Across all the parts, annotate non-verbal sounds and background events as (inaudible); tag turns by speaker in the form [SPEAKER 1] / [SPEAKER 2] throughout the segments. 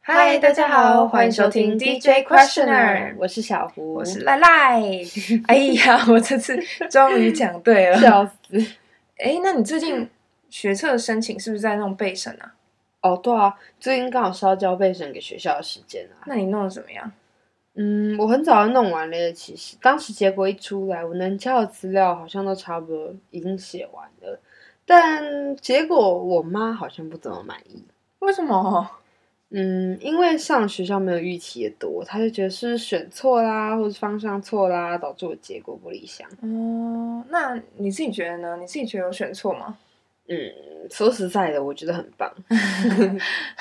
[SPEAKER 1] 嗨，大家好，欢迎收听 DJ Questioner，
[SPEAKER 2] 我是小胡，
[SPEAKER 1] 我是赖赖。 (laughs) 哎呀，我这次终于讲对 (laughs) 了。
[SPEAKER 2] 笑死。
[SPEAKER 1] 哎，那你最近学测申请是不是在弄备审啊？
[SPEAKER 2] 哦，对啊，最近刚好是要交备审给学校的时间啊。
[SPEAKER 1] 那你弄的怎么样？
[SPEAKER 2] 嗯，我很早就弄完了耶，其实当时结果一出来，我能交的资料好像都差不多已经写完了，但结果我妈好像不怎么满意。
[SPEAKER 1] 为什么？
[SPEAKER 2] 嗯，因为上学校没有预期的多，她就觉得是不是选错啦，或是方向错啦，导致我结果不理想。
[SPEAKER 1] 哦，那你自己觉得呢？你自己觉得有选错吗？
[SPEAKER 2] 嗯，说实在的，我觉得很棒。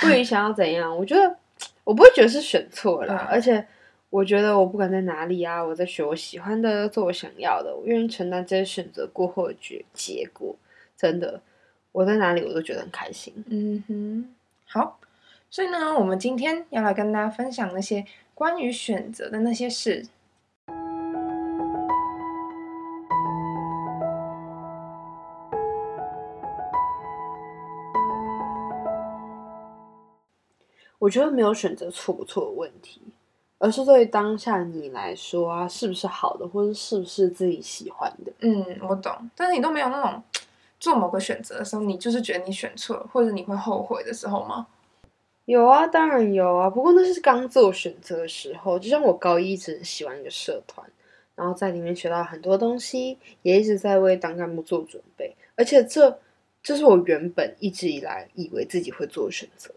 [SPEAKER 2] 不影想要怎样，我觉得我不会觉得是选错了
[SPEAKER 1] 嗯
[SPEAKER 2] 啦，而且我觉得我不管在哪里啊，我在学我喜欢的，做我想要的，我愿意承担这些选择过后的结结果。真的，我在哪里我都觉得很开心。
[SPEAKER 1] 嗯哼，好。所以呢，我们今天要来跟大家分享那些关于选择的那些事。
[SPEAKER 2] 我觉得没有选择错不错的问题，而是对于当下你来说啊，是不是好的，或者是不是自己喜欢的。
[SPEAKER 1] 嗯，我懂，但是你都没有那种做某个选择的时候，你就是觉得你选错了，或者你会后悔的时候吗？
[SPEAKER 2] 有啊，当然有啊。不过那是刚做选择的时候，就像我高一一直很喜欢一个社团，然后在里面学到很多东西，也一直在为当干部做准备。而且这这是我原本一直以来以为自己会做的选择。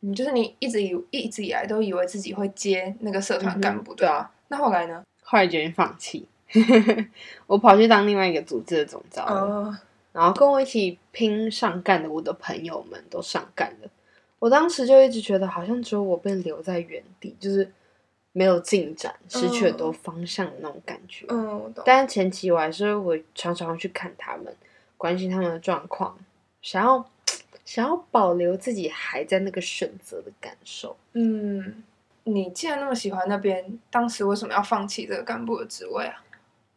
[SPEAKER 1] 嗯，就是你一直以一直以来都以为自己会接那个社团
[SPEAKER 2] 嗯
[SPEAKER 1] 干
[SPEAKER 2] 哼
[SPEAKER 1] 部，
[SPEAKER 2] 对
[SPEAKER 1] 对
[SPEAKER 2] 啊
[SPEAKER 1] 吧？那后来呢？
[SPEAKER 2] 后来决定放弃， (laughs) 我跑去当另外一个组织的总招了。
[SPEAKER 1] 呃，
[SPEAKER 2] 然后跟我一起拼上干的我的朋友们都上干了。我当时就一直觉得好像只有我被留在原地，就是没有进展，失去了
[SPEAKER 1] 嗯
[SPEAKER 2] 都方向的那种感觉。
[SPEAKER 1] 嗯，我懂。
[SPEAKER 2] 但前期我还是会常常去看他们，关心他们的状况，想要想要保留自己还在那个选择的感受。
[SPEAKER 1] 嗯，你既然那么喜欢那边，当时为什么要放弃这个干部的职位啊？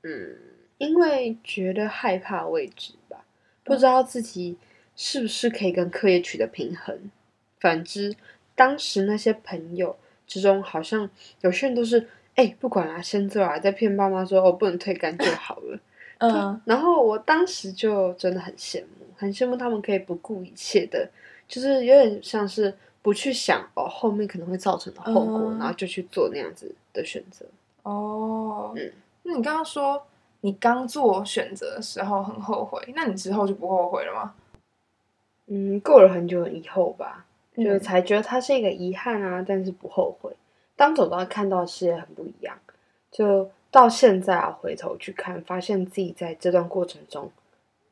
[SPEAKER 2] 嗯，因为觉得害怕未知吧，不知道自己是不是可以跟课业取得平衡。反之，当时那些朋友之中，好像有些人都是，哎、不管啦、先做啊，再骗爸妈说哦，不能退干就好了。
[SPEAKER 1] 嗯，
[SPEAKER 2] 然后我当时就真的很羡慕，很羡慕他们可以不顾一切的，就是有点像是不去想哦后面可能会造成的后果，
[SPEAKER 1] 嗯
[SPEAKER 2] 然后就去做那样子的选择。
[SPEAKER 1] 哦，
[SPEAKER 2] 嗯
[SPEAKER 1] 那你刚刚说你刚做选择的时候很后悔，那你之后就不后悔了吗？
[SPEAKER 2] 嗯，过了很久以后吧，就
[SPEAKER 1] 嗯
[SPEAKER 2] 才觉得它是一个遗憾啊，但是不后悔。当走到看到的视野很不一样，就到现在啊，回头去看，发现自己在这段过程中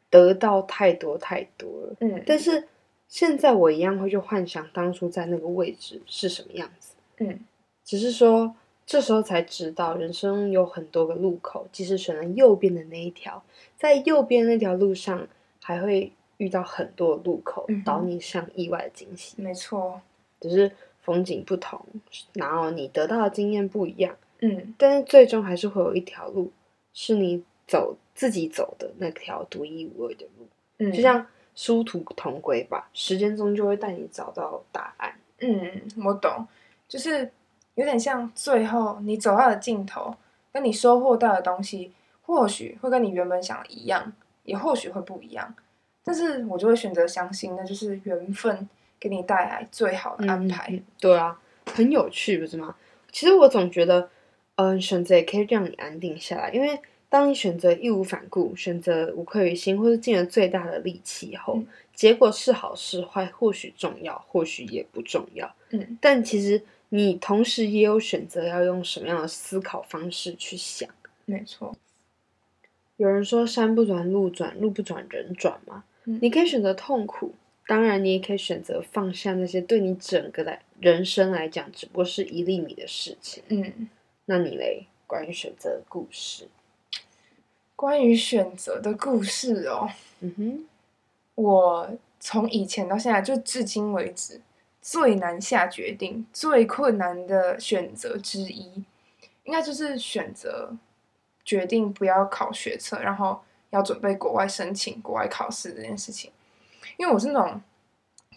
[SPEAKER 2] 得到太多太多了。
[SPEAKER 1] 嗯，
[SPEAKER 2] 但是现在我一样会去幻想当初在那个位置是什么样子，
[SPEAKER 1] 嗯
[SPEAKER 2] 只是说这时候才知道，人生有很多个路口，即使选了右边的那一条，在右边那条路上还会遇到很多路口
[SPEAKER 1] 嗯哼，
[SPEAKER 2] 导你上意外的惊喜。
[SPEAKER 1] 没错，
[SPEAKER 2] 只是风景不同，然后你得到的经验不一样，
[SPEAKER 1] 嗯。
[SPEAKER 2] 但是最终还是会有一条路是你走自己走的那条独一无二的路，
[SPEAKER 1] 嗯，
[SPEAKER 2] 就像殊途同归吧，时间终究会带你找到答案。
[SPEAKER 1] 嗯，我懂，就是有点像最后你走到的尽头，跟你收获到的东西，或许会跟你原本想的一样，也或许会不一样。但是我就会选择相信，那就是缘分给你带来最好的安排。
[SPEAKER 2] 嗯对啊，很有趣，不是吗？其实我总觉得，嗯、选择也可以让你安定下来，因为当你选择义无反顾、选择无愧于心，或是尽了最大的力气后，
[SPEAKER 1] 嗯
[SPEAKER 2] 结果是好是坏，或许重要，或许也不重要。
[SPEAKER 1] 嗯
[SPEAKER 2] 但其实你同时也有选择要用什么样的思考方式去想。
[SPEAKER 1] 没错。
[SPEAKER 2] 有人说山不转路转，路不转人转嘛，
[SPEAKER 1] 嗯
[SPEAKER 2] 你可以选择痛苦，当然你也可以选择放下那些对你整个来人生来讲只不过是一粒米的事情。
[SPEAKER 1] 嗯，
[SPEAKER 2] 那你嘞，关于选择的故事，
[SPEAKER 1] 关于选择的故事哦，
[SPEAKER 2] 嗯哼，
[SPEAKER 1] 我从以前到现在，就至今为止，最难下决定、最困难的选择之一，应该就是选择决定不要考学测，然后要准备国外申请、国外考试这件事情。因为我是那种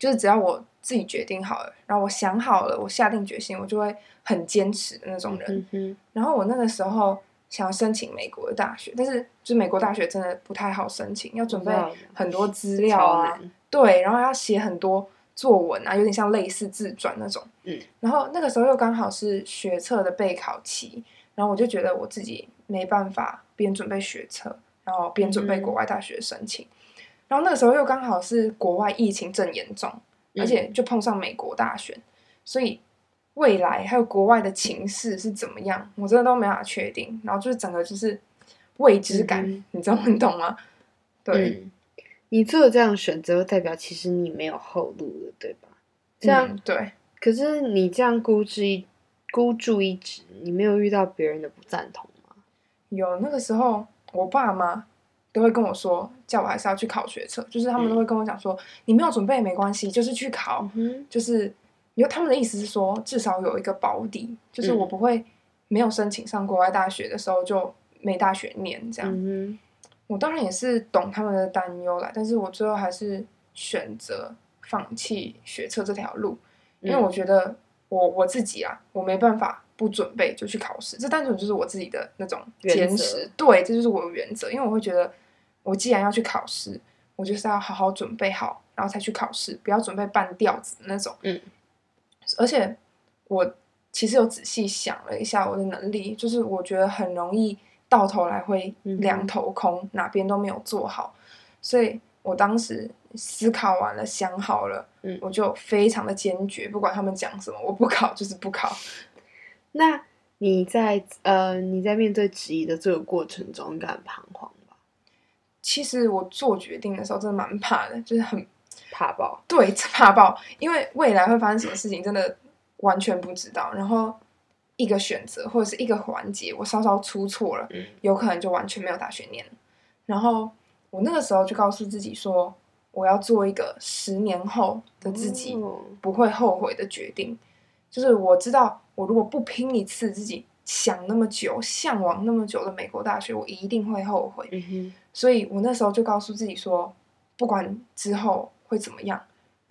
[SPEAKER 1] 就是只要我自己决定好了，然后我想好了，我下定决心，我就会很坚持的那种人。
[SPEAKER 2] 嗯哼，
[SPEAKER 1] 然后我那个时候想要申请美国的大学，但是就是美国大学真的不太好申请，要准备
[SPEAKER 2] 我知道
[SPEAKER 1] 很多资料
[SPEAKER 2] 超
[SPEAKER 1] 啊，
[SPEAKER 2] 难，
[SPEAKER 1] 对，然后要写很多作文啊，有点像类似自传那种。
[SPEAKER 2] 嗯，
[SPEAKER 1] 然后那个时候又刚好是学测的备考期，然后我就觉得我自己没办法边准备学测，然后边准备
[SPEAKER 2] 嗯
[SPEAKER 1] 国外大学申请。然后那个时候又刚好是国外疫情正严重，而
[SPEAKER 2] 嗯
[SPEAKER 1] 且就碰上美国大选，所以未来还有国外的情势是怎么样，我真的都没法确定。然后就是整个就是未知感，
[SPEAKER 2] 嗯
[SPEAKER 1] 你知道你懂吗？对，
[SPEAKER 2] 嗯，你做了这样的选择，代表其实你没有后路了，对吧？这样，
[SPEAKER 1] 嗯对，
[SPEAKER 2] 可是你这样孤注一孤注一掷，你没有遇到别人的不赞同吗？
[SPEAKER 1] 有那个时候，我爸妈都会跟我说，叫我还是要去考学测，就是他们
[SPEAKER 2] 嗯
[SPEAKER 1] 都会跟我讲说，你没有准备也没关系，就是去考
[SPEAKER 2] 嗯，哼，
[SPEAKER 1] 就是因为他们的意思是说，至少有一个保底，就是我
[SPEAKER 2] 嗯
[SPEAKER 1] 不会没有申请上国外大学的时候就没大学念这样。
[SPEAKER 2] 嗯
[SPEAKER 1] 我当然也是懂他们的担忧啦，但是我最后还是选择放弃学测这条路，因为
[SPEAKER 2] 嗯
[SPEAKER 1] 我觉得我我自己啊，我没办法不准备就去考试，这单纯就是我自己的那种
[SPEAKER 2] 原
[SPEAKER 1] 坚
[SPEAKER 2] 则
[SPEAKER 1] 持，对，这就是我的原则，因为我会觉得我既然要去考试，我就是要好好准备好，然后才去考试，不要准备半吊子的那种，
[SPEAKER 2] 嗯，
[SPEAKER 1] 而且我其实有仔细想了一下我的能力，就是我觉得很容易到头来会
[SPEAKER 2] 嗯哼
[SPEAKER 1] 两头空，哪边都没有做好，所以我当时思考完了，想好了，
[SPEAKER 2] 嗯
[SPEAKER 1] 我就非常的坚决，不管他们讲什么，我不考就是不考。
[SPEAKER 2] 那你在呃你在面对质疑的这个过程中，应该很彷徨吧？
[SPEAKER 1] 其实我做决定的时候真的蛮怕的，就是很
[SPEAKER 2] 怕爆，
[SPEAKER 1] 对怕爆，因为未来会发生什么事情真的完全不知道。然后一个选择或者是一个环节，我稍稍出错了，
[SPEAKER 2] 嗯
[SPEAKER 1] 有可能就完全没有大学念了。然后我那个时候就告诉自己说，我要做一个十年后的自己，
[SPEAKER 2] 哦
[SPEAKER 1] 不会后悔的决定。就是我知道，我如果不拼一次自己想那么久、向往那么久的美国大学，我一定会后悔。
[SPEAKER 2] 嗯哼，
[SPEAKER 1] 所以我那时候就告诉自己说，不管之后会怎么样，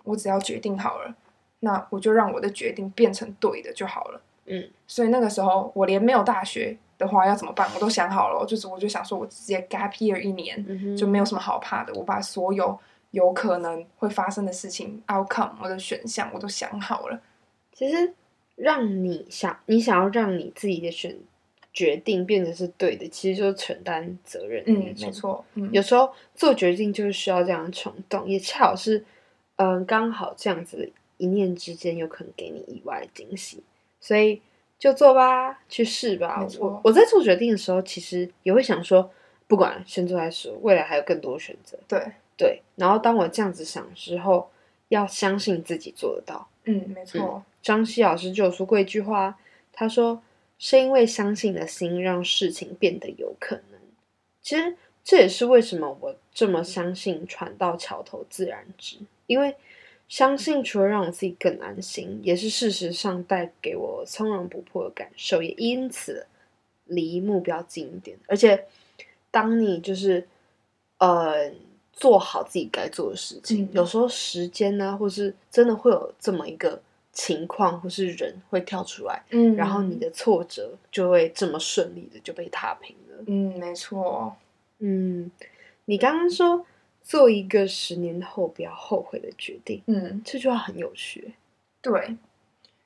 [SPEAKER 1] 我只要决定好了，那我就让我的决定变成对的就好了。
[SPEAKER 2] 嗯，
[SPEAKER 1] 所以那个时候我连没有大学的话要怎么办，我都想好了，就是我就想说我直接 gap year 一年，
[SPEAKER 2] 嗯哼，
[SPEAKER 1] 就没有什么好怕的。我把所有有可能会发生的事情 outcome 我的选项我都想好了。
[SPEAKER 2] 其实让你想，你想要让你自己的选决定变得是对的，其实就是承担责任。
[SPEAKER 1] 嗯，没。错，嗯，
[SPEAKER 2] 有时候做决定就是需要这样的冲动，也恰好是，嗯，刚好这样子的一念之间，有可能给你意外的惊喜，所以就做吧，去试吧
[SPEAKER 1] 没。错
[SPEAKER 2] 我我在做决定的时候，其实也会想说，不管先做再说，未来还有更多选择。
[SPEAKER 1] 对，
[SPEAKER 2] 对，然后当我这样子想之后，要相信自己做得到。
[SPEAKER 1] 嗯，没错，
[SPEAKER 2] 张希老师就有说过一句话，他说：“是因为相信的心，让事情变得有可能。”其实这也是为什么我这么相信“船到桥头自然直”，因为相信除了让我自己更安心，也是事实上带给我从容不迫的感受，也因此离目标近一点。而且，当你就是呃做好自己该做的事情，
[SPEAKER 1] 嗯
[SPEAKER 2] 有时候时间呢、或是真的会有这么一个情况或是人会跳出来，
[SPEAKER 1] 嗯，
[SPEAKER 2] 然后你，的挫折就会这么顺利的就被踏平了。
[SPEAKER 1] 嗯，没错，
[SPEAKER 2] 嗯，你刚刚说做一个十年后不要后悔的决定，
[SPEAKER 1] 嗯。
[SPEAKER 2] 这句话很有趣。
[SPEAKER 1] 对，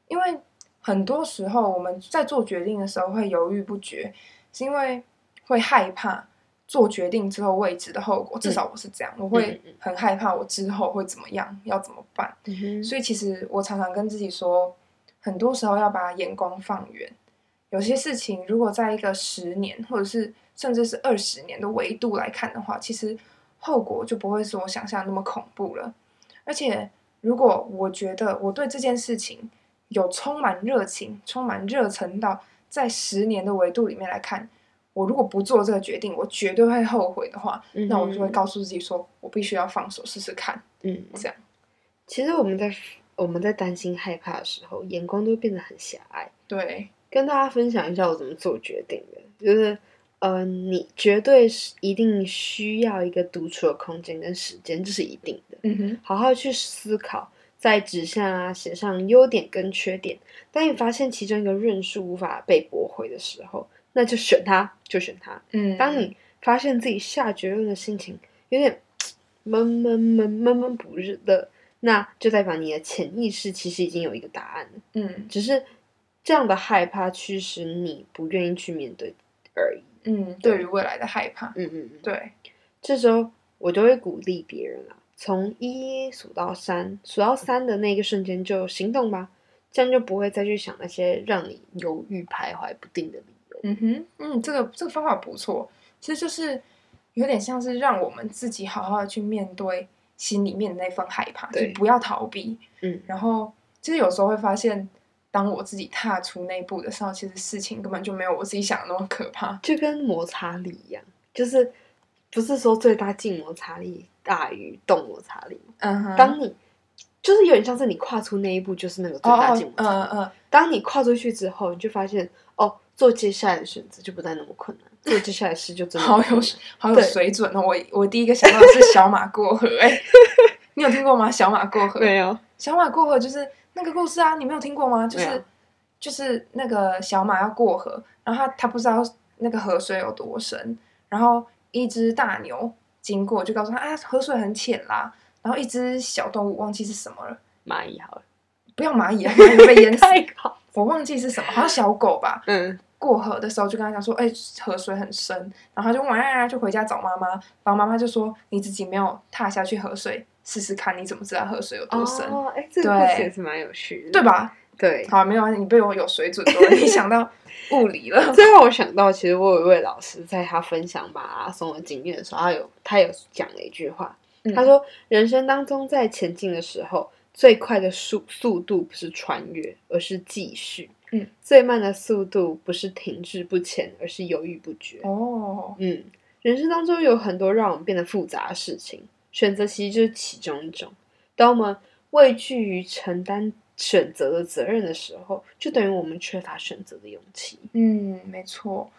[SPEAKER 1] 因为很多时候我们在做决定的时候会犹豫不决，是因为会害怕做决定之后未知的后果。至少我是这样，我会
[SPEAKER 2] 嗯嗯嗯
[SPEAKER 1] 很害怕我之后会怎么样，要怎么办。
[SPEAKER 2] 嗯哼
[SPEAKER 1] 所以其实我常常跟自己说，很多时候要把眼光放远。有些事情如果在一个十年或者是甚至是二十年的维度来看的话，其实后果就不会是我想象那么恐怖了。而且如果我觉得我对这件事情有充满热情、充满热忱到在十年的维度里面来看，我如果不做这个决定，我绝对会后悔的话，
[SPEAKER 2] 以
[SPEAKER 1] 那我就会告诉自己说，我必须要放手试试看。
[SPEAKER 2] 嗯
[SPEAKER 1] 这样。
[SPEAKER 2] 其实我们在我们在担心害怕的时候，眼光都变得很狭隘。
[SPEAKER 1] 对，
[SPEAKER 2] 跟大家分享一下我怎么做决定的，就是呃，你绝对是一定需要一个独处的空间跟时间，这是一定的。
[SPEAKER 1] 嗯哼，
[SPEAKER 2] 好好去思考，在纸上啊写上优点跟缺点。当你发现其中一个论述无法被驳回的时候，那就选它，就选它。
[SPEAKER 1] 嗯，
[SPEAKER 2] 当你发现自己下结论的心情有点闷闷闷闷闷不日的，那就代表你的潜意识其实已经有一个答案了，
[SPEAKER 1] 嗯
[SPEAKER 2] 只是这样的害怕驱使你不愿意去面对而已。
[SPEAKER 1] 嗯，对于未来的害怕，
[SPEAKER 2] 嗯嗯嗯，
[SPEAKER 1] 对，
[SPEAKER 2] 这时候我就会鼓励别人啊，从一数到三，数到三的那个瞬间就行动吧，这样就不会再去想那些让你犹豫徘徊不定的理由。
[SPEAKER 1] 嗯哼，嗯，这个这个方法不错，其实就是有点像是让我们自己好好的去面对心里面的那份害怕，就
[SPEAKER 2] 对
[SPEAKER 1] 不要逃避，
[SPEAKER 2] 嗯，
[SPEAKER 1] 然后其实有时候会发现，当我自己踏出那一步的时候，其实事情根本就没有我自己想的那么可怕。
[SPEAKER 2] 就跟摩擦力一样，就是不是说最大静摩擦力大于动摩擦力吗？
[SPEAKER 1] 嗯哼，
[SPEAKER 2] 当你就是有点像是你跨出那一步，就是那个最
[SPEAKER 1] 哦
[SPEAKER 2] 大
[SPEAKER 1] 哦
[SPEAKER 2] 静摩，擦力。
[SPEAKER 1] 嗯嗯，
[SPEAKER 2] 当你跨出去之后，你就发现哦，做接下来的选择就不再那么困难，做接下来的事就真的
[SPEAKER 1] 好
[SPEAKER 2] 不困
[SPEAKER 1] 有
[SPEAKER 2] 难
[SPEAKER 1] 好有
[SPEAKER 2] 对
[SPEAKER 1] 水准哦！我我第一个想到的是小马过河、哎， (laughs) 你有听过吗？小马过河，
[SPEAKER 2] (laughs) 没有
[SPEAKER 1] 小马过河就是那个故事啊，你没有听过吗？就
[SPEAKER 2] 没
[SPEAKER 1] 是
[SPEAKER 2] 有
[SPEAKER 1] 就是那个啊小马要过河，然后他他不知道那个河水有多深，然后一只大牛经过就告诉他啊，河水很浅啦。然后一只小动物忘记是什么了，
[SPEAKER 2] 蚂蚁好了，
[SPEAKER 1] 不要蚂蚁啊，蚂蚁会被 (laughs) 淹死。
[SPEAKER 2] 太好，
[SPEAKER 1] 我忘记是什么，好像小狗吧。
[SPEAKER 2] 嗯，
[SPEAKER 1] 过河的时候就跟他讲说，哎、河水很深，然后他就哇呀呀就回家找妈妈，然后妈妈就说你自己没有踏下去河水试试看，你怎么知道河水有多深，
[SPEAKER 2] 哦，哎，这个故
[SPEAKER 1] 对
[SPEAKER 2] 事也是蛮有趣的，
[SPEAKER 1] 对？吧？
[SPEAKER 2] 对。
[SPEAKER 1] 好，没有，啊你被我有水准多了，你想到物理
[SPEAKER 2] (laughs)
[SPEAKER 1] 了。
[SPEAKER 2] 最后我想到，其实我有一位老师，在他分享马拉松的经验的时候，他有他有讲了一句话，
[SPEAKER 1] 嗯
[SPEAKER 2] 他说：“人生当中在前进的时候，最快的速速度不是穿越，而是继续；
[SPEAKER 1] 嗯，
[SPEAKER 2] 最慢的速度不是停滞不前，而是犹豫不决。
[SPEAKER 1] 哦，
[SPEAKER 2] 嗯，人生当中有很多让我们变得复杂的事情，选择其实就是其中一种。当我们畏惧于承担选择的责任的时候，就等于我们缺乏选择的勇气。
[SPEAKER 1] 嗯，没错，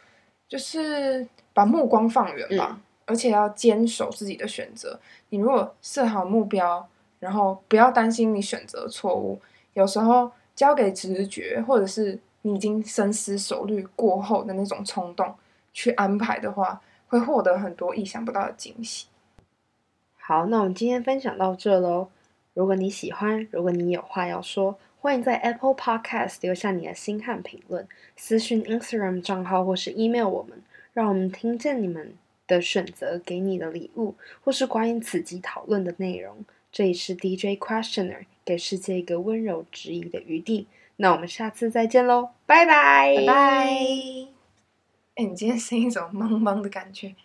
[SPEAKER 1] 就是把目光放远
[SPEAKER 2] 嗯
[SPEAKER 1] 吧，而且要坚守自己的选择。你如果设好目标，然后不要担心你选择错误，有时候交给直觉或者是你已经深思熟虑过后的那种冲动去安排的话，会获得很多意想不到的惊喜。
[SPEAKER 2] 好，那我们今天分享到这喽。如果你喜欢，如果你有话要说，欢迎在 Apple Podcast 留下你的心和评论，私讯 Instagram 账号或是 email 我们，让我们听见你们的选择，给你的礼物，或是关于此集讨论的内容。这里是 DJ Questioner，给世界一个温柔质疑的余地。那我们下次再见喽，拜拜，
[SPEAKER 1] 拜拜。哎、你今天声音怎么懵懵的感觉？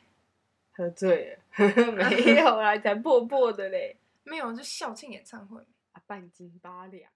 [SPEAKER 2] 喝醉了， (laughs) 没有啦，才破破的嘞，
[SPEAKER 1] 没有，就校庆演唱会。
[SPEAKER 2] 啊，半斤八两。